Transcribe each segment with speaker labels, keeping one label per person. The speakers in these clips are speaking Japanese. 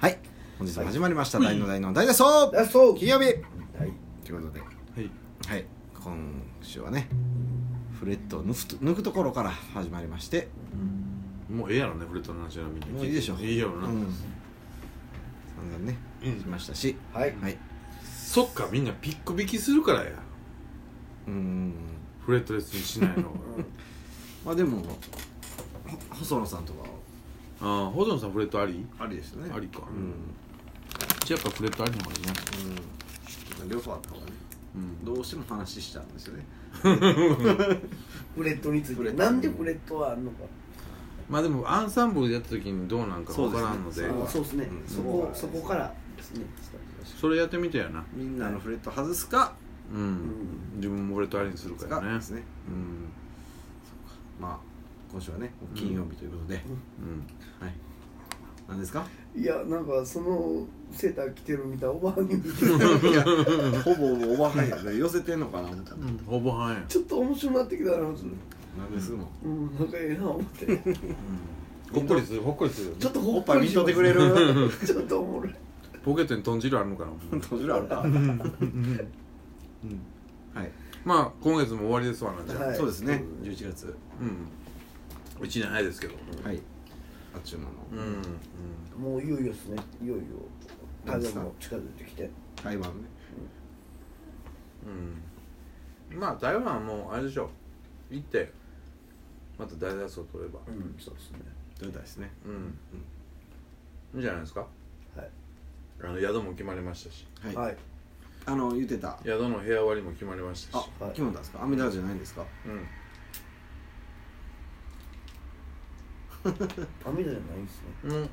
Speaker 1: 本日も始まりました「大の大の大脱走
Speaker 2: ラスト」
Speaker 1: 金曜日
Speaker 2: はい
Speaker 1: ということで
Speaker 3: はい
Speaker 1: はい今週はねフレットを抜くと抜くところから始まりまして
Speaker 3: もうええやろねフレットの話はみんな
Speaker 1: もういいでしょ
Speaker 3: いいやろな、
Speaker 1: うん散々ね
Speaker 3: うん
Speaker 1: しましたし
Speaker 2: はい
Speaker 1: はい
Speaker 3: そっかみんなピック引きするからや
Speaker 1: うーん
Speaker 3: フレットレスにしないの
Speaker 1: まあでもほ細野さんとか
Speaker 3: ああ保存さんフレットあり
Speaker 1: ありですよね
Speaker 3: ありか
Speaker 1: うん
Speaker 3: じゃあやっぱフレットありの方がいいな
Speaker 1: うん両方あった方がね
Speaker 3: うん
Speaker 1: どうしても話しちゃうんですよね
Speaker 2: フレットについ
Speaker 1: フレッ
Speaker 2: て
Speaker 1: ト
Speaker 2: なんでフレットはあるのか
Speaker 3: まあでもアンサンブルでやった時にどうなんかわからんので
Speaker 1: そ
Speaker 3: そ,、
Speaker 1: う
Speaker 2: あそうですね
Speaker 1: うん
Speaker 2: そこそこからですね
Speaker 3: れやってみてやな
Speaker 1: みんなのフレット外すか
Speaker 3: うん、
Speaker 2: ん
Speaker 3: 自分もフレットありにするからね
Speaker 1: ですね
Speaker 3: うん
Speaker 1: まあ今週はね金曜日ということで、
Speaker 3: うん
Speaker 1: はい何ですか
Speaker 2: いやなんかそのセーター着てるみたいおばあに 似て
Speaker 1: い
Speaker 2: る
Speaker 1: やほぼほぼおばかんやね寄せてんのかな思った
Speaker 3: うんほぼ半や
Speaker 2: ちょっと面白くなってきたな
Speaker 1: 何ですもん
Speaker 2: うんなんかええな思って ち
Speaker 3: ほっこりするほっこりする
Speaker 2: ょっと
Speaker 1: お
Speaker 2: ほ
Speaker 1: っ
Speaker 2: っこ
Speaker 1: ぱい
Speaker 2: り
Speaker 1: 見
Speaker 2: し
Speaker 1: と
Speaker 2: ま
Speaker 1: っ
Speaker 2: す
Speaker 1: てくれ る
Speaker 2: ちょっとおもろい
Speaker 3: ポケットに豚汁あるのかな
Speaker 1: 閉じるあるかは
Speaker 3: うん
Speaker 1: い、
Speaker 3: まあ今月も終わりですわなじゃあ、
Speaker 2: はい
Speaker 1: そうですね11月
Speaker 3: うん一年早いですけど
Speaker 1: はいあっちゅう間の
Speaker 3: うん、うん、
Speaker 2: もういよいよですねいよいよ台湾も近づいてきて
Speaker 1: 台湾ね
Speaker 3: うん、まあ台湾はもうあれでしょ行ってまた大脱走取れば
Speaker 2: うんそうですね
Speaker 1: 取れたいですね
Speaker 3: うん、いいんじゃないですか
Speaker 2: はい
Speaker 3: あの宿も決まりましたし
Speaker 1: はい、
Speaker 2: はい
Speaker 1: あの言ってた
Speaker 3: 宿の部屋割りも決まりました
Speaker 1: あ
Speaker 3: し
Speaker 2: はい
Speaker 1: 決まったんですかアメダーじゃないんですか
Speaker 3: うん
Speaker 2: 網戸じゃないんですね
Speaker 3: うん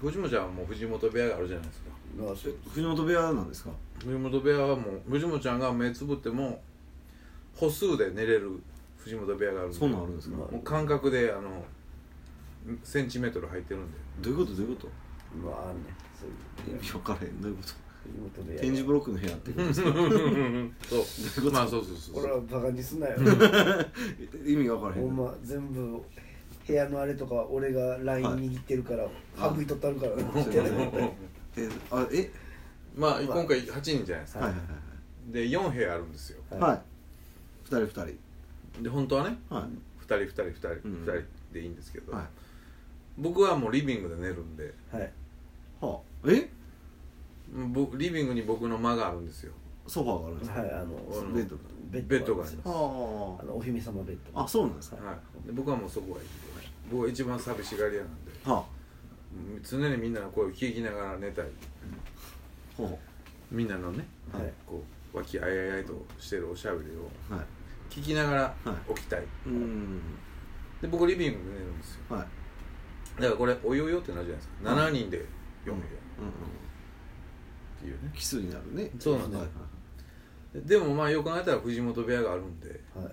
Speaker 3: 藤本ちゃんはもう藤本部屋があるじゃないですか
Speaker 2: まあそう
Speaker 1: 藤本部屋なんですか
Speaker 3: 藤本部屋はもう藤本ちゃんが目つぶっても歩数で寝れる藤本部屋があるんで
Speaker 1: そんなんあるんですか、
Speaker 2: まあ
Speaker 3: もう感覚であのセンチメートル入ってるんで
Speaker 1: どういうことどういうこと
Speaker 2: まああんねそういう
Speaker 1: 分からへんどういうこと
Speaker 2: 地元でやる
Speaker 1: 展示ブロックの部 屋ってことですか
Speaker 3: そうまあそうそうそう
Speaker 2: これはバカにす なよ
Speaker 1: 意味が分からへ
Speaker 2: ほ
Speaker 1: ん
Speaker 2: んま全部部屋のあれとか俺が LINE 握ってるから
Speaker 1: あ
Speaker 2: 剥いとったるからな
Speaker 1: すいませんえあえ
Speaker 3: まあ今回8人じゃないですか、
Speaker 1: はいはい
Speaker 3: で4部屋あるんですよ
Speaker 1: はい
Speaker 2: い
Speaker 1: はい二人二人
Speaker 3: で本当はね
Speaker 1: は
Speaker 3: 2人2人2人2
Speaker 1: うん
Speaker 3: 人でいいんですけ
Speaker 1: い
Speaker 3: ど、
Speaker 1: はい
Speaker 3: 僕はもうリビングで寝るんで
Speaker 2: はい
Speaker 1: はあえ
Speaker 3: 僕リビングに僕の間があるんですよ
Speaker 1: ソファーがあるんですか
Speaker 2: はいあの
Speaker 3: あの
Speaker 1: ベッド
Speaker 3: ベッドが
Speaker 2: ありま
Speaker 3: ありま
Speaker 2: すす
Speaker 1: は
Speaker 2: あのお姫様ベッド
Speaker 1: ああそうなんですか
Speaker 3: はい、で僕はもうそこがいいけどね僕は一番寂しがり屋なんで
Speaker 1: はあ
Speaker 3: うん常にみんなの声を聞きながら寝たい
Speaker 1: ほ
Speaker 3: みんなのね
Speaker 2: はい
Speaker 3: こう和気あいあいあいとしてるおしゃべりを
Speaker 1: うはい
Speaker 3: 聞きながら
Speaker 1: は
Speaker 3: 起きたい、
Speaker 1: うーん
Speaker 3: で僕リビングで寝るんですよ
Speaker 1: はい
Speaker 3: だからこれおよよってなるじゃないですか7人で4部屋
Speaker 1: う
Speaker 3: っ
Speaker 1: ん
Speaker 3: ていうね
Speaker 1: うん奇数になるね
Speaker 3: そうなんです
Speaker 1: はいはいはい
Speaker 3: ででもまあよく考えたら藤本部屋があるんで
Speaker 2: はい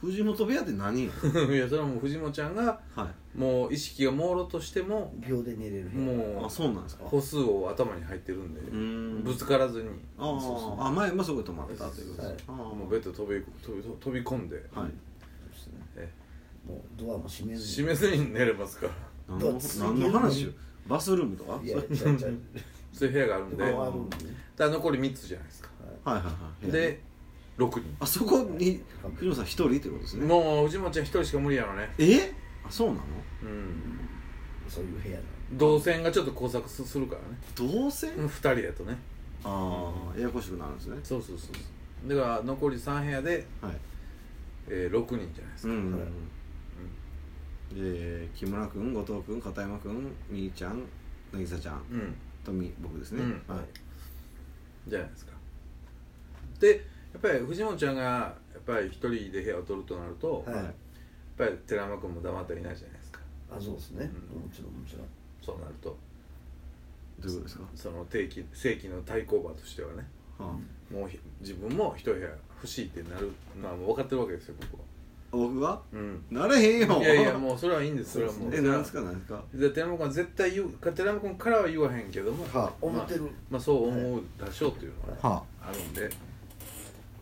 Speaker 1: 藤本部屋って何よ
Speaker 3: いやそれはもう藤本ちゃんが
Speaker 1: は
Speaker 3: もう意識が朦朧としても
Speaker 2: 秒で寝れる部屋
Speaker 1: い
Speaker 3: も
Speaker 1: あ
Speaker 3: う
Speaker 1: そうなんですか
Speaker 3: 歩数を頭に入ってるんで
Speaker 1: うーん
Speaker 3: ぶつからずに
Speaker 1: あー
Speaker 3: そうそう
Speaker 1: あ前もそこで泊まったということ
Speaker 2: は
Speaker 1: で
Speaker 2: い
Speaker 1: すあー
Speaker 3: もうベッド飛び飛び飛び込んで、
Speaker 1: はい
Speaker 2: そうですね
Speaker 3: え
Speaker 2: もうドアも閉めずに
Speaker 3: 締めずに寝れますから
Speaker 1: 何の
Speaker 2: どっち
Speaker 1: 何の話よバスルームとかはいい
Speaker 2: や
Speaker 1: はい
Speaker 2: いやいや
Speaker 3: そういう部屋があるんで
Speaker 2: でもあるんでね
Speaker 3: だから残り3つじゃないですか
Speaker 1: はいはい
Speaker 3: で6人
Speaker 1: あそこに藤本さん一人ってことですね
Speaker 3: もう藤本ちゃん1人しか無理やろね
Speaker 1: えあそうなの
Speaker 3: うん
Speaker 2: そういう部屋な
Speaker 3: 動線がちょっと交錯すするからね
Speaker 1: 同棲
Speaker 3: 2人やとね
Speaker 1: ああややこしくなるんですね
Speaker 3: そうそうそうそうだから残り3部屋で、
Speaker 1: はい
Speaker 3: えー、6人じゃないです
Speaker 1: うん
Speaker 3: か、
Speaker 1: うんうんで木村君後藤君片山君みーちゃん渚ちゃん
Speaker 3: うん
Speaker 1: とみ僕ですね、
Speaker 3: うん
Speaker 1: はい
Speaker 3: じゃないですかでやっぱり藤本ちゃんがやっぱり一人で部屋を取るとなると、
Speaker 2: はい
Speaker 3: やっぱり寺山君も黙ってはいないじゃないですか
Speaker 2: あそうですね
Speaker 3: うん
Speaker 2: もちろんもちろん
Speaker 3: そうなると
Speaker 1: どういうことですか、
Speaker 3: その定期正規の対抗馬としてはね
Speaker 1: はあ、
Speaker 3: もうひ自分も一部屋欲しいってなるのはもう分かってるわけですよ僕は
Speaker 1: 僕は
Speaker 3: うん
Speaker 1: なれへんよ
Speaker 3: いやいやもうそれはいいんですそれはもう
Speaker 1: えなんですかなんですか
Speaker 3: で寺山君は絶対言う寺山君からは言わへんけども、
Speaker 2: はあ思ってる
Speaker 3: まあそう思うでしょうっていうのはね、
Speaker 1: は
Speaker 3: あるんで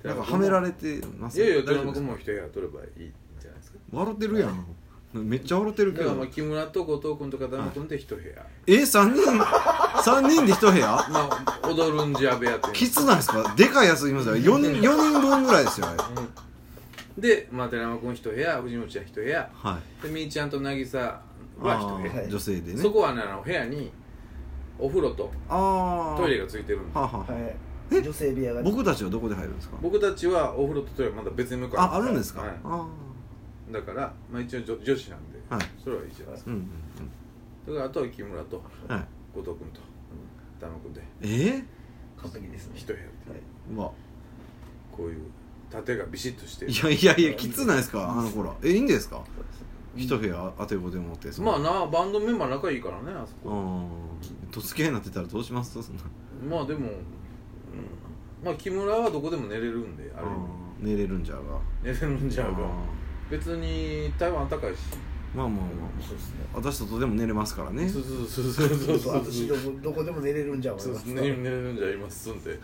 Speaker 1: あなんかはめら
Speaker 3: れ
Speaker 1: れてます
Speaker 3: いやいや
Speaker 1: 大
Speaker 3: 寺
Speaker 1: 丈夫で
Speaker 3: 山
Speaker 1: す
Speaker 3: 君
Speaker 1: か
Speaker 3: も一部屋取ればいいんじゃないですか
Speaker 1: 笑ってるやんめっちゃ笑ってるけ
Speaker 3: だからま
Speaker 1: ど
Speaker 3: あ木村と後藤君と片山君で一部屋
Speaker 1: え三3人 3人で一部屋
Speaker 3: まあ踊るんじゃ部屋って
Speaker 1: きつないですかでかいやついますよ 4, 四人分ぐらいですよあれ
Speaker 3: うんで、まあ、寺山君一部屋藤本ちゃん一部屋
Speaker 1: はい
Speaker 3: でみーちゃんと渚は一部
Speaker 1: あ
Speaker 3: 屋、
Speaker 1: ー女性でね
Speaker 3: そこはねあの部屋にお風呂と
Speaker 1: ああ
Speaker 3: トイレがついてるんで
Speaker 1: はあはあ
Speaker 2: はい女性部屋がね
Speaker 1: 僕たちはどこで入るんですか
Speaker 3: 僕たちはお風呂とトイレまだ別に向か
Speaker 1: ああるんですか、
Speaker 3: はい
Speaker 1: ああ
Speaker 3: だから、まあ、一応女女子なんで、
Speaker 1: はい
Speaker 3: それはいいじゃないですか
Speaker 1: うんうん
Speaker 3: だからあとは木村と
Speaker 1: うんはい
Speaker 3: 後藤君と田野君で
Speaker 1: えー、
Speaker 2: 完璧ですね
Speaker 3: 一部屋で
Speaker 2: はいう
Speaker 1: わ
Speaker 3: こういう縦がビシッとして
Speaker 1: いやいやいやきつないですかあの頃えいいんですか一部屋当て子でもって
Speaker 3: まあ
Speaker 1: な
Speaker 3: なバンドメンバー仲いいからねあそこ
Speaker 1: うん突き合いになってたらどうしますそんな
Speaker 3: まあでも、うん、まあ木村はどこでも寝れるんであ
Speaker 1: あ
Speaker 3: れ
Speaker 1: ー寝れるんじゃうが
Speaker 3: 寝れるんじゃう
Speaker 1: あ
Speaker 3: が
Speaker 1: ー
Speaker 3: 別に台湾高いし
Speaker 1: まあまあまあ
Speaker 2: そうですね
Speaker 1: 私ととでも寝れますからね
Speaker 3: そうそうそうそうそうそう
Speaker 2: 私どこどこでも寝れるんじゃん
Speaker 3: そう
Speaker 2: 俺は
Speaker 3: ですね寝れるんじゃありますんで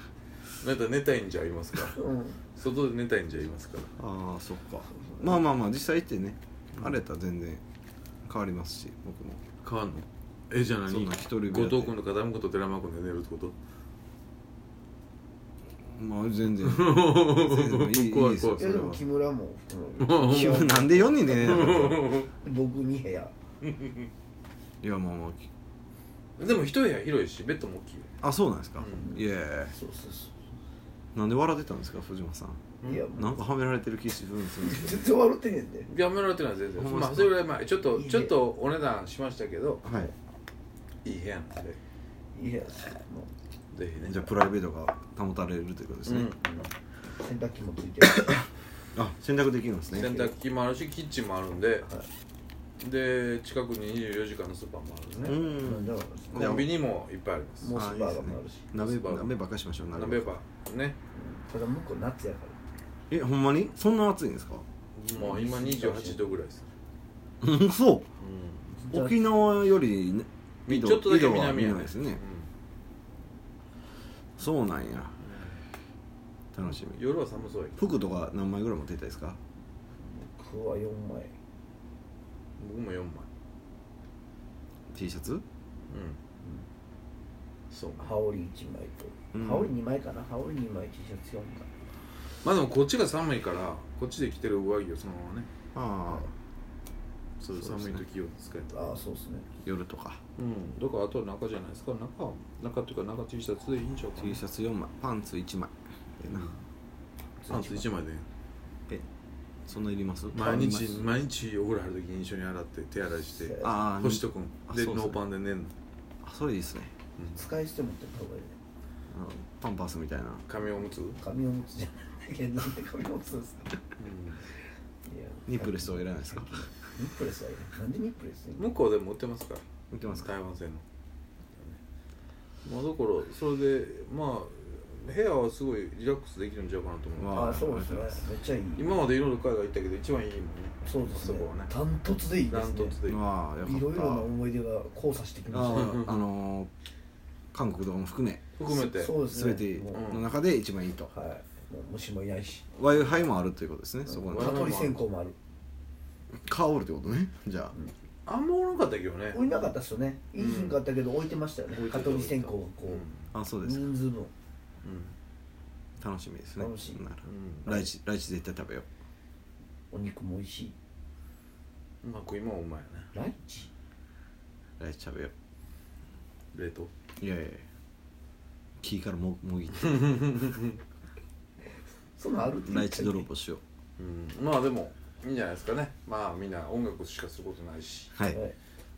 Speaker 3: なんか寝たいんじゃありますから
Speaker 2: うん
Speaker 3: 外で寝たいんじゃありますから
Speaker 1: ああそっかまあまあまあ実際行ってねあれやったら全然変わりますし僕も
Speaker 3: 変わんのえじゃあ
Speaker 1: そん
Speaker 3: 何
Speaker 1: な一人部屋で
Speaker 3: 後藤君と片山君と寺山君で寝るって こと
Speaker 1: まあ全 然全然いい
Speaker 3: 怖い怖い
Speaker 1: ですよ
Speaker 2: いやでも木村も、うん
Speaker 1: いやなんで4人で寝れなかったの
Speaker 2: 僕2部屋
Speaker 1: いやまあまあ
Speaker 3: でも一部屋広いしベッドも大きいよ
Speaker 1: あそうなんですか、
Speaker 3: う
Speaker 1: いえいえ
Speaker 2: そうそうそ
Speaker 1: なんで笑ってたんですか藤本さん
Speaker 2: ういや
Speaker 1: なんかはめられてる気するんですよ
Speaker 2: 全然笑ってねえんで
Speaker 3: やめられてない全然
Speaker 1: ほんまです
Speaker 3: ま
Speaker 1: か
Speaker 3: あそれぐらい前ちょっと
Speaker 2: いいね
Speaker 3: ちょっとお値段しましたけど
Speaker 1: はい
Speaker 3: いい部屋なんで
Speaker 2: いい部屋ですよも
Speaker 3: ぜひね
Speaker 1: じゃあプライベートが保たれるということです
Speaker 3: う
Speaker 1: ね、
Speaker 3: ん
Speaker 2: う洗濯機もついてる
Speaker 1: あ洗濯できるんですね
Speaker 3: 洗濯機もあるしキッチンもあるんで
Speaker 2: は
Speaker 3: で近くに24時間のスーパーもある
Speaker 1: う
Speaker 3: ね
Speaker 2: うん
Speaker 1: ん
Speaker 2: だか
Speaker 1: じゃ
Speaker 3: コ
Speaker 1: あ
Speaker 3: ンビニもいっぱいあります
Speaker 2: モス
Speaker 1: あいい
Speaker 2: バ
Speaker 1: です
Speaker 2: ーガー
Speaker 1: ね
Speaker 2: もあるし
Speaker 1: 鍋
Speaker 3: モスバーガー
Speaker 1: 鍋ばっかりしましょう
Speaker 3: 鍋
Speaker 1: ばっ
Speaker 3: ばね
Speaker 2: ただ向こう夏やか
Speaker 1: えほんまにそんな暑いんですか
Speaker 3: もう今28度ぐらいです
Speaker 1: うんそ
Speaker 2: ら
Speaker 1: う 沖縄よりね
Speaker 3: うん
Speaker 1: 緯度
Speaker 3: ちょっとだけ
Speaker 1: 緯度は
Speaker 3: 南や
Speaker 1: 南ですねそうなんや楽し
Speaker 3: う
Speaker 1: み
Speaker 3: ん夜は寒そうやけど
Speaker 1: 服とか何枚ぐらい持っていったらいいですか
Speaker 2: 僕は4枚
Speaker 3: 僕も4枚
Speaker 1: T シャツ
Speaker 3: うんそう
Speaker 2: 羽織1枚と、
Speaker 1: うん
Speaker 2: 羽織2枚かな羽織2枚 T シャツ4枚
Speaker 3: まあでもこっちが寒いからこっちで着てる上着をそのままね
Speaker 1: ああ
Speaker 3: そういう
Speaker 1: そうです
Speaker 3: 寒
Speaker 1: ね
Speaker 3: い時を使えたら
Speaker 2: ああそうですね
Speaker 1: 夜とか
Speaker 3: うんだからあとは中じゃないですか中は中っていうか中 T シャツでいいんちゃうか
Speaker 1: T シャツ4枚パンツ1枚ええな
Speaker 3: パンツ1枚で
Speaker 1: えそんないります
Speaker 3: 毎日
Speaker 1: あります
Speaker 3: 毎日お風呂入る時に一緒に洗って手洗いして
Speaker 1: ああ
Speaker 3: 干しとくん
Speaker 1: あ
Speaker 3: で
Speaker 1: そうそう
Speaker 3: ノーパンで寝んの
Speaker 1: あそれいいですね
Speaker 2: 使い捨て持ってった方がいいね
Speaker 1: あのパンパスみたいな
Speaker 3: 紙おむつ
Speaker 2: 紙おむつじゃないけどなんて紙おむつですかいや
Speaker 1: ニップレスとかいらないですか
Speaker 2: ニップレスはいいねなんでニップレスいいの
Speaker 3: 向こうでも売ってますから
Speaker 1: 売ってますか
Speaker 3: 台湾製のまあだからそれでまあ部屋はすごいリラックスできるんちゃうかなと思う
Speaker 1: わ
Speaker 2: ああそうですね
Speaker 1: あり
Speaker 2: めっ
Speaker 1: がとう
Speaker 2: ちゃいい
Speaker 3: 今までいろいろ海外行ったけど一番いいもんね
Speaker 2: そうです
Speaker 3: そ
Speaker 2: ね
Speaker 3: こはね
Speaker 2: ダントツでいいで
Speaker 3: ダ
Speaker 2: す
Speaker 3: ン
Speaker 2: ね
Speaker 3: トツでいい
Speaker 1: ああよかった
Speaker 2: いろいろな思い出が交差してきまし
Speaker 1: あ
Speaker 2: たね
Speaker 1: ああのー韓国とかも含め
Speaker 3: 含めて
Speaker 2: そうですね
Speaker 1: 全て
Speaker 2: も
Speaker 1: の中で一番いいと
Speaker 2: うはいもう虫もいないし
Speaker 1: w i f i もあるということですねそこに
Speaker 2: 蚊取り線香もある
Speaker 1: 香るってことねじゃあ
Speaker 3: あんまおらんかったけどね
Speaker 2: 置いなかったっすよねいい品買ったけど置いてましたよね
Speaker 3: 置いてた
Speaker 2: 蚊取り線香がこ
Speaker 3: うん
Speaker 1: あそう
Speaker 2: う
Speaker 1: ですか
Speaker 2: 人数分
Speaker 1: 楽しみですね
Speaker 2: 楽しい
Speaker 1: なら
Speaker 3: うん
Speaker 1: ライチライチ絶対食べよ
Speaker 2: お肉も美味しい
Speaker 3: うまく今はうまいよね
Speaker 2: ライチ
Speaker 1: うライチ食べよ
Speaker 3: 冷凍
Speaker 1: ういやいやいや木からももぎって
Speaker 2: そんなんある
Speaker 1: ライチ泥
Speaker 2: 棒
Speaker 1: 棒しよう
Speaker 3: うんまあでもいいんじゃないですかねまあみんな音楽しかすることないし
Speaker 1: はい
Speaker 2: はい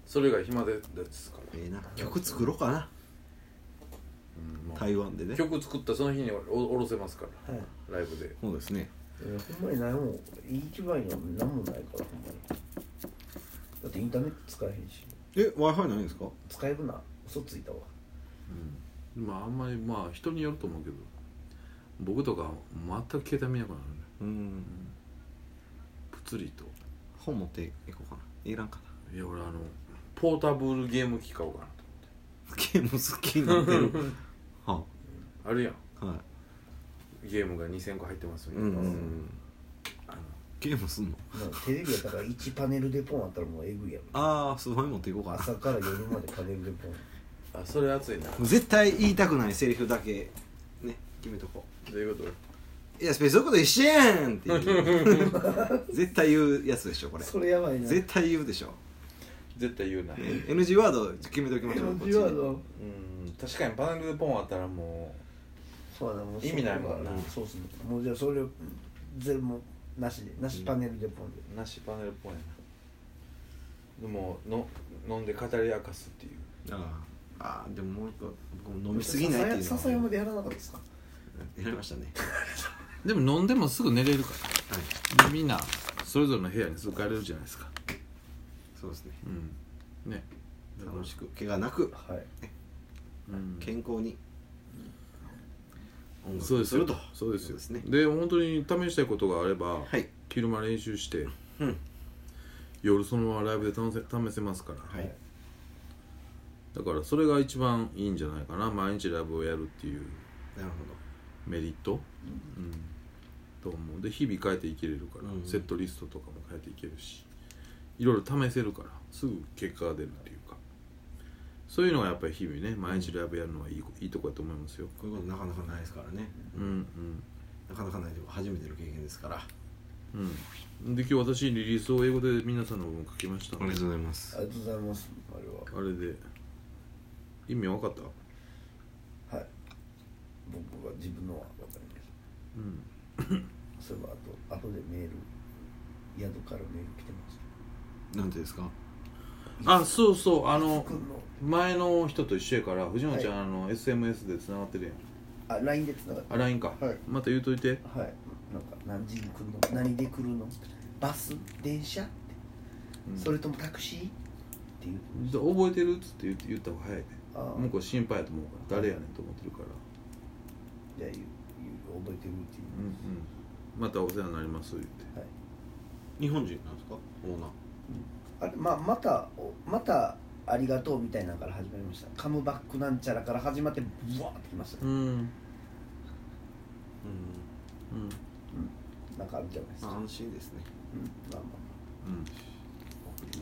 Speaker 3: それが暇でですから、
Speaker 1: ええな曲作ろうかな
Speaker 3: うんまあ
Speaker 1: 台湾でね
Speaker 3: 曲作ったその日におおろせますか
Speaker 2: はい
Speaker 3: らライブで
Speaker 1: そうですね
Speaker 2: えーほんまに何も一番いいの何もないからほんまにだってインターネット使えへんし
Speaker 1: え w i f i ないんですか
Speaker 2: 使えるな嘘ついたわ
Speaker 3: まああんまりまあ人によると思うけど僕とか全く携帯見なくなるね
Speaker 1: うん
Speaker 3: ぷつりと
Speaker 1: 本持っていこうかないらんか
Speaker 3: いや俺あのポータブルゲーム機買おうかな
Speaker 1: なゲーム好きになってるは
Speaker 3: とあるやん
Speaker 1: は
Speaker 3: ゲームが2000個入ってます
Speaker 1: い
Speaker 3: み
Speaker 1: う
Speaker 3: た
Speaker 1: ん
Speaker 3: いな、
Speaker 1: うん
Speaker 3: あの
Speaker 1: ゲームすんの
Speaker 2: もうテレビやったから1パネルでポンあったらもうえぐいやろ
Speaker 1: ああすごい持っていこうかな
Speaker 2: 朝から夜までパネルでポン
Speaker 3: あそれ熱いな
Speaker 1: 絶対言いたくないセリフだけね決めとこ
Speaker 3: どういうこと
Speaker 1: ういやスペースどこと一緒やんっていう絶対言うやつでしょこれ
Speaker 2: それやばいな
Speaker 1: 絶対言うでしょ
Speaker 3: 絶対言うな、
Speaker 1: ね NG ワード決めておきましょうこっち
Speaker 2: ジ
Speaker 1: に
Speaker 2: ワード
Speaker 3: うん確かにパネルでポンあったらも
Speaker 2: そうだなもう
Speaker 3: 意味ないもんな
Speaker 2: そうっすねもうじゃあそれを全部なしでなしパネルでポンで
Speaker 3: うなしパネルポンやなでもの飲んで語り明かすっていう
Speaker 1: ああああでももう一個僕も飲みすぎないっていうのは
Speaker 2: 笹山でやらなかったですか
Speaker 1: やりましたね
Speaker 3: でも飲んでもすぐ寝れるか
Speaker 1: はい
Speaker 3: らみんなそれぞれの部屋にすぐ帰れるじゃないですか
Speaker 1: そうですね
Speaker 3: うんね
Speaker 1: 楽しく怪我なく
Speaker 2: はい
Speaker 3: うん
Speaker 1: 健康に音楽
Speaker 3: そう
Speaker 1: を
Speaker 3: ですよ
Speaker 1: と
Speaker 3: そうですよ
Speaker 1: ですね
Speaker 3: で本当に試したいことがあれば、
Speaker 1: はい
Speaker 3: 昼間練習して、
Speaker 1: うん
Speaker 3: 夜そのままライブで試せ試せますから、
Speaker 1: はい
Speaker 3: だからそれが一番いいんじゃないかな毎日ライブをやるっていう
Speaker 1: なる
Speaker 3: メリット、うんと思うで日々変えていけれるから、
Speaker 1: うん
Speaker 3: セットリストとかも変えていけるしいろいろ試せるからすぐ結果が出るっていうかそういうのがやっぱり日々ね毎日ライブやるのはいい,、いいとこだと思いますよ
Speaker 1: ほどこういうことなかなかないですからね
Speaker 3: うんうん
Speaker 1: なかなかないというか初めての経験ですからあ
Speaker 3: うん、で今日私リリースを英語で皆さんの分書きました、
Speaker 1: とうございます
Speaker 2: ありがとうございますあれ
Speaker 3: あれで意味わかった
Speaker 2: ははい僕は自分のは分かりまし
Speaker 3: うん
Speaker 2: たそういえばあと後でメール宿からメール来てます
Speaker 1: なんてですか
Speaker 3: あそうそうあの
Speaker 2: 僕の
Speaker 3: 前の人と一緒やから藤本ちゃん、あの SMS でつながってるやん
Speaker 2: あ LINE でつながった
Speaker 3: あ LINE か、
Speaker 2: はい
Speaker 3: また言うといて
Speaker 2: はいなんか何時に来るの何で来るのバス電車って、
Speaker 3: うん
Speaker 2: それともタクシーって言う
Speaker 3: じゃあ覚えてるっつって言って言った方が早いね
Speaker 2: あー
Speaker 3: 向こう心配やと思うから誰やねんと思ってるから
Speaker 2: じゃあ言う言う覚えてるうちに、
Speaker 3: うんうんまたお世話になります言って
Speaker 2: はい
Speaker 1: 日本人なんですかオーナー
Speaker 2: あれまあ、またおまたありがとうみたいなのから始まりましたカムバックなんちゃらから始まってブワーってきましたね、
Speaker 3: うんうん
Speaker 1: う
Speaker 3: うん
Speaker 2: なんかあるじゃないですか、
Speaker 1: ん安心ですね
Speaker 2: うんま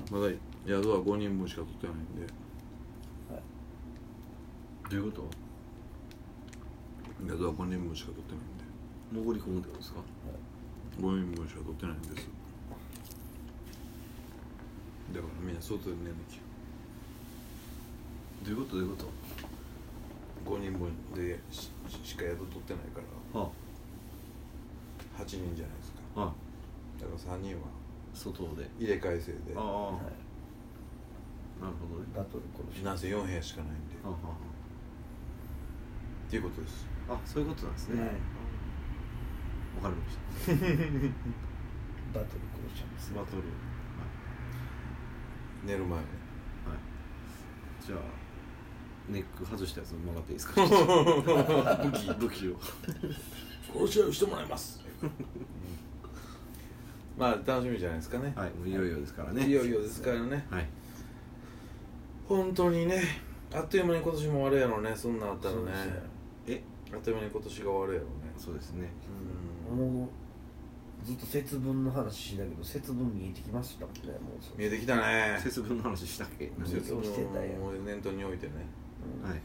Speaker 2: あま
Speaker 3: まだ宿は5人分しか取ってないんで
Speaker 1: どういうこと
Speaker 3: 宿は5人分しか取ってないんで
Speaker 1: 潜り込むってことですか
Speaker 3: 5人分しか取ってないんですだからみんな外で寝なきゃ
Speaker 1: どういうことどういうこ
Speaker 3: 5人分でしししか宿取ってないから
Speaker 1: と
Speaker 3: 8人じゃないですか
Speaker 1: ああ
Speaker 3: だから3人は
Speaker 1: 外で
Speaker 3: 入れ替え制で
Speaker 1: ああ
Speaker 2: あ、はい、
Speaker 1: なるほどね
Speaker 2: バトル殺し
Speaker 3: なんせ4部屋しかないんで
Speaker 1: あ
Speaker 3: っていうことです
Speaker 1: あああそういうことなんですね
Speaker 2: はい
Speaker 1: わかりました
Speaker 2: バトル殺しちゃうんですね
Speaker 1: バトル
Speaker 3: 寝る前
Speaker 1: は
Speaker 3: ね
Speaker 1: いじゃあネック外したやつもらっていいですか 武器武器を
Speaker 3: 殺し合いをしてもらいます、まあ楽しみじゃないですかね、
Speaker 1: はいもういよいよですからね
Speaker 3: いよいよですからね
Speaker 1: はい
Speaker 3: 本当にねあっという間に今年も終わるやろねそんなんあったら
Speaker 2: そうです
Speaker 3: ね
Speaker 2: ね
Speaker 1: え
Speaker 3: あっという間に今年が終わるやろね
Speaker 1: そうですね
Speaker 3: うん
Speaker 2: もうずっと節分の話しだけど節分見えてきましたもんねもうそ
Speaker 3: 見えてきたね
Speaker 1: 節分の話したっけ
Speaker 2: 節分
Speaker 3: を
Speaker 2: してたよ
Speaker 3: 念頭においてね
Speaker 2: うん
Speaker 1: はい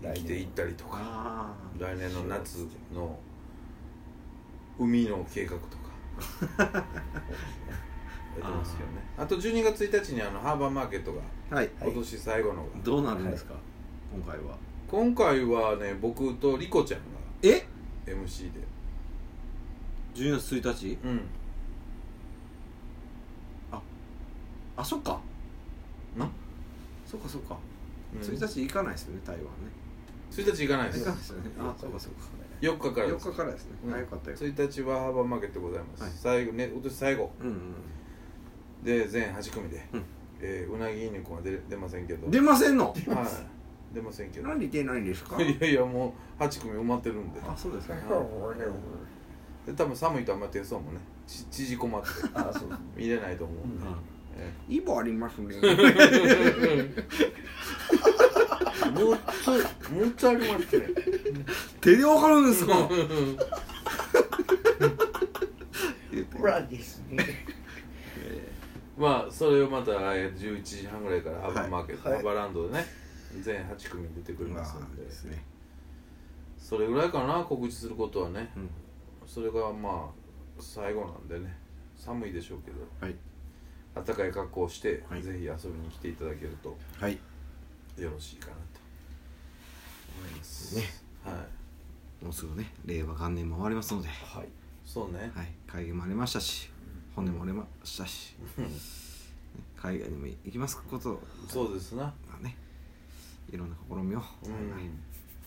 Speaker 2: 来年
Speaker 3: 生きていったりとか
Speaker 1: あ
Speaker 3: 来年の夏の海の計画とかやってますよねあと12月1日にあのハーバーマーケットが
Speaker 1: あはい
Speaker 2: はい
Speaker 3: 今年最後のが、
Speaker 1: どうなるんですか今回は
Speaker 3: 今回はね僕とリコちゃんが
Speaker 1: え
Speaker 3: MC で
Speaker 1: 12月1日
Speaker 3: うん
Speaker 1: あそっか
Speaker 3: な
Speaker 1: そっかそっか
Speaker 3: うん
Speaker 1: 1日行かないですよね台湾ね
Speaker 3: 1日行かないで
Speaker 1: 行
Speaker 3: す
Speaker 1: かないですよねあそうかそうか
Speaker 3: 4日からで
Speaker 1: 4
Speaker 3: す
Speaker 1: 日からですね
Speaker 3: うん
Speaker 1: あよかったよ
Speaker 3: 1日はハーバーマーケットございます、
Speaker 1: はい
Speaker 3: 最後ね今年最後
Speaker 1: うんうん
Speaker 3: で全8組で、
Speaker 1: うん
Speaker 3: えーうなぎ犬くんは出出ませんけど
Speaker 1: 出ませんの
Speaker 3: はい出ませんけど
Speaker 1: なんで出ないんです か
Speaker 3: いやいやもう8組埋まってるんで
Speaker 1: あそうですか
Speaker 2: あもうね
Speaker 3: で多分寒いとあんまり手相もねち縮こまって
Speaker 2: あそうですね
Speaker 3: 見れないと思うんで、え
Speaker 1: イボありますね
Speaker 3: えもうちょいもうちょいありますね
Speaker 1: 手でわかるんですか
Speaker 2: ほらですね
Speaker 3: まあそれをまたえー11時半ぐらいからハーバーマーケット、
Speaker 2: はい
Speaker 3: ハーバーランドでね全8組出てくれ
Speaker 1: ま
Speaker 3: ますん
Speaker 1: あ
Speaker 3: で
Speaker 1: ですね
Speaker 3: それぐらいかな告知することはね
Speaker 1: うん
Speaker 3: それがまあ最後なんでね寒いでしょうけど
Speaker 1: はい
Speaker 3: 暖かい格好をして、
Speaker 1: はい
Speaker 3: ぜひ遊びに来ていただけると
Speaker 1: はい
Speaker 3: よろしいかなと思います
Speaker 1: ね
Speaker 3: はい
Speaker 1: もうすぐね令和元年も終わりますので、は
Speaker 2: はい
Speaker 3: そうね、
Speaker 1: い、会議もありましたし本音もありましたし海外にも行きますことを
Speaker 3: そうですな
Speaker 1: まあねいろんな試みを、
Speaker 3: うん、
Speaker 1: はい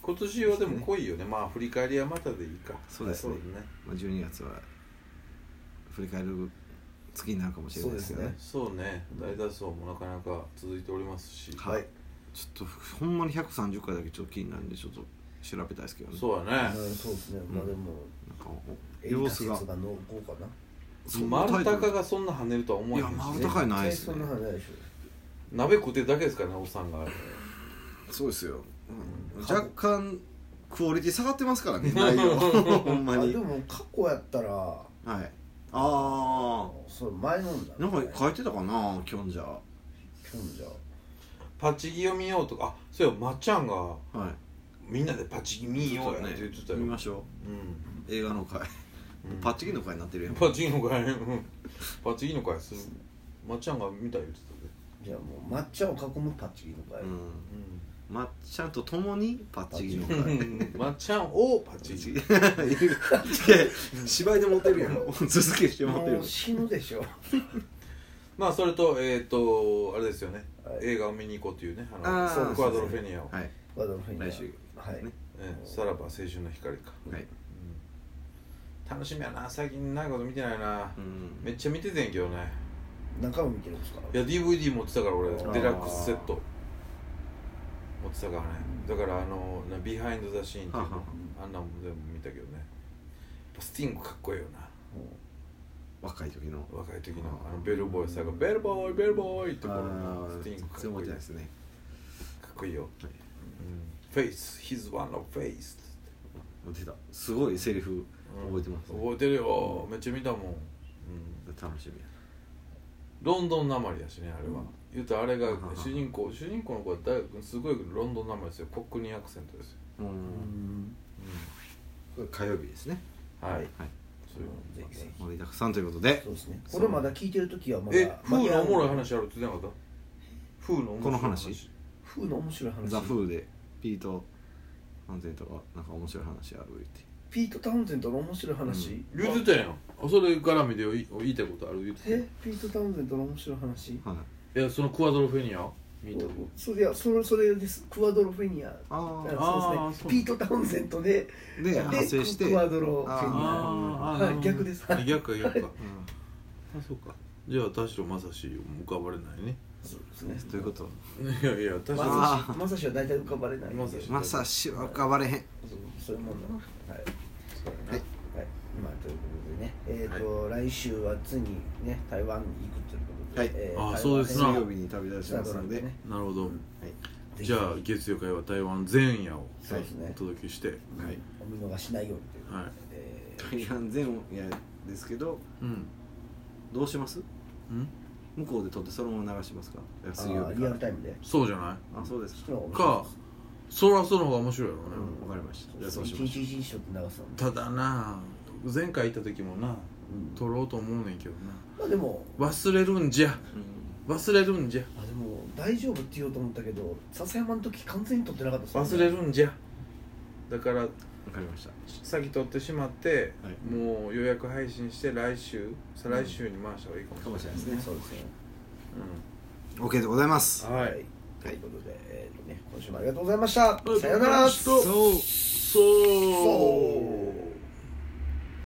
Speaker 3: 今年はでも濃いよねまあ振り返りはまたでいいか
Speaker 1: そうですねまあ、12月は振り返る月になるかもしれないですけどね
Speaker 3: そうね大脱走もなかなか続いておりますし、
Speaker 1: はいちょっとほんまに130回だけちょっと気になるんでちょっと調べたいですけどね
Speaker 3: そうやね
Speaker 2: うんそうですねまあでも
Speaker 1: なんかお
Speaker 2: エリ
Speaker 1: 様
Speaker 2: ナ
Speaker 1: 子
Speaker 2: 説
Speaker 1: が
Speaker 2: が濃厚かな
Speaker 1: そんな
Speaker 3: 丸
Speaker 1: タイト
Speaker 3: 高
Speaker 1: ル
Speaker 3: がそんな跳ねるとは思えへんし
Speaker 1: いや丸
Speaker 3: ね
Speaker 1: 高いないですね
Speaker 2: 絶対そんな話ないでし
Speaker 3: 鍋食ってるだけですからねおっさんが
Speaker 1: そうですよ、うん
Speaker 2: うん
Speaker 1: 若干クオリティ下がってますからね内容ほんま
Speaker 2: ょあ
Speaker 1: に
Speaker 2: でも過去やったら
Speaker 1: はいあ
Speaker 2: それ前のんだ
Speaker 1: あなんか書いてたかなきょんじゃ
Speaker 2: 今日じゃ
Speaker 3: パチギを見ようとかあそうやまっちゃんが
Speaker 1: はい
Speaker 3: みんなでパチギ見ようやねって言ってたよ、
Speaker 1: 見ましょ
Speaker 3: うん
Speaker 1: う映画の回、
Speaker 3: うん
Speaker 1: パッチギの回になってるやん
Speaker 3: パチギの会うんパチギの会するまっちゃんが見たい言ってたで
Speaker 2: あじゃあもう抹茶を囲むパッチギの会
Speaker 1: うんまっちゃんと共にパッチギの
Speaker 3: う
Speaker 1: 会
Speaker 3: んまっちゃんをパチギ
Speaker 1: いや芝居でモテるやん 続けしてモテ
Speaker 2: も
Speaker 1: る
Speaker 2: う死ぬでしょ
Speaker 3: まあそれとえっ、とあれですよね、
Speaker 2: はい
Speaker 3: 映画を見に行こうというねあ
Speaker 1: あー
Speaker 3: のそう
Speaker 1: そうですね
Speaker 3: クワドロフェニアを、
Speaker 1: はい
Speaker 2: ワードのフェニア
Speaker 1: 来週
Speaker 2: はい
Speaker 1: ね
Speaker 3: ええさらば青春の光か、
Speaker 1: はい
Speaker 3: うん楽しみやな最近長いこと見てないな、
Speaker 1: うん
Speaker 3: めっちゃ見ててんやけどね
Speaker 2: 中を見てるんですか
Speaker 3: いや DVD 持ってたから俺
Speaker 1: ー
Speaker 3: デラックスセット持ってたからねだからあのなビハインド・ザ・シーンってい
Speaker 1: は
Speaker 3: う
Speaker 1: はは
Speaker 3: かあんなんも全部見たけどねやっぱスティングかっこいいよな
Speaker 1: 若い時の
Speaker 3: 若い時のあのベルボーイさんが「ベルボーイベルボーイ」ってこの
Speaker 1: ー
Speaker 3: スティングかっ
Speaker 1: 全然
Speaker 3: こ
Speaker 1: モ
Speaker 3: い
Speaker 1: テな
Speaker 3: いか
Speaker 1: いですね
Speaker 3: っこいいよ
Speaker 1: はい
Speaker 3: フェイス He's one of face
Speaker 1: モテたすごいセリフ覚えてます
Speaker 3: 覚えてるよめっちゃ見たもん、うん、
Speaker 1: 楽しみや
Speaker 3: ロンドンなまりやしねあれは、
Speaker 2: うん
Speaker 3: 言うたらあれが
Speaker 1: ははは
Speaker 3: 主人公主人公の子は大学すごいロンドンなまりですよコックニーアクセントですよ、
Speaker 1: う
Speaker 2: うんん
Speaker 1: これ火曜日ですね
Speaker 3: はい
Speaker 1: はい
Speaker 3: そういう
Speaker 2: ぜひぜ
Speaker 1: 盛りだくさんということで
Speaker 2: そうですねこれまだ聞いてる時はまだ
Speaker 3: え風のおもろい話あるって言ってなかった風のおもろい
Speaker 1: この話
Speaker 2: 風の面白
Speaker 1: 「
Speaker 2: い話
Speaker 1: ザ・フーでピート・ハンゼンとかなんか面白い話ある言って
Speaker 2: ピート・タウンゼントの面白い話、
Speaker 3: 言うてたやんあそれ絡みで言い言いたいことある言うてたやん
Speaker 2: えピート・タウンゼントの面白い話
Speaker 1: はい
Speaker 3: いやそのクワドロフェニア見たこと
Speaker 2: そいやそれそれですクワドロフェニア
Speaker 1: あ
Speaker 2: あ
Speaker 1: あ
Speaker 2: そう
Speaker 3: あー
Speaker 2: ですねピート・タウンゼントで
Speaker 1: ーで派生して
Speaker 2: クワドロフ
Speaker 1: あ
Speaker 2: ェニアは
Speaker 3: あ
Speaker 2: い
Speaker 3: ーあー
Speaker 2: 逆です
Speaker 3: あ逆か逆か
Speaker 1: うん
Speaker 3: あそうかじゃあ田代正史浮かばれないね
Speaker 2: そうです
Speaker 1: ねということはい
Speaker 3: やいや田
Speaker 1: ま
Speaker 3: 代
Speaker 1: あ
Speaker 2: まさしまさしは大体浮かばれないんで
Speaker 3: まさし
Speaker 2: そう
Speaker 1: まさしは浮かばれへん
Speaker 2: そういうもんだはい、
Speaker 3: は
Speaker 1: はい
Speaker 3: い
Speaker 2: はい、まあということでねえっ、と、来週はついにね台湾に行くということで、
Speaker 1: はい
Speaker 2: え
Speaker 3: あー
Speaker 2: 台湾
Speaker 3: そうです
Speaker 1: 水
Speaker 3: な
Speaker 1: 曜日に旅立ちますので
Speaker 2: ね
Speaker 3: なるほど
Speaker 1: はい
Speaker 2: ぜひ
Speaker 3: じゃあ月曜会は台湾前夜を
Speaker 2: そうですね
Speaker 3: お届けして
Speaker 1: はい
Speaker 2: お見逃しないようにということで、
Speaker 3: はい
Speaker 2: えー
Speaker 1: 大半全部いやですけど
Speaker 3: うん
Speaker 1: どうします
Speaker 3: うん
Speaker 1: 向こうで撮ってそのまま流しますかいや水曜
Speaker 2: あー
Speaker 1: 日
Speaker 2: リ
Speaker 1: か
Speaker 2: アル
Speaker 1: ら
Speaker 2: タイムで
Speaker 3: そうじゃない
Speaker 1: あそうですか
Speaker 3: かそらその方が面白いよね、
Speaker 1: うんわかりましたじゃあ
Speaker 2: そ
Speaker 1: そううし
Speaker 2: 一
Speaker 1: まし
Speaker 2: 日一日ちょっと流すのね
Speaker 3: ただな前回行った時もな
Speaker 2: うん
Speaker 3: 撮ろうと思うねんけどな
Speaker 2: まあでも
Speaker 3: 忘れるんじゃ
Speaker 1: ょううん
Speaker 3: 忘れるんじゃ
Speaker 2: あでも大丈夫って言おうと思ったけど笹山の時完全に撮ってなかったですもんね
Speaker 3: 忘れるんじゃだから
Speaker 1: わかりました
Speaker 3: 先撮ってしまって、
Speaker 1: はい
Speaker 3: もう予約配信して来週再来週に回した方がいいかもし
Speaker 1: かもしれ
Speaker 3: れない
Speaker 1: ないですね
Speaker 2: そうですね
Speaker 1: OK でございます
Speaker 3: うん、はい
Speaker 2: ということで、えーとね、今週もありがとうございました、さよなら
Speaker 3: そうそう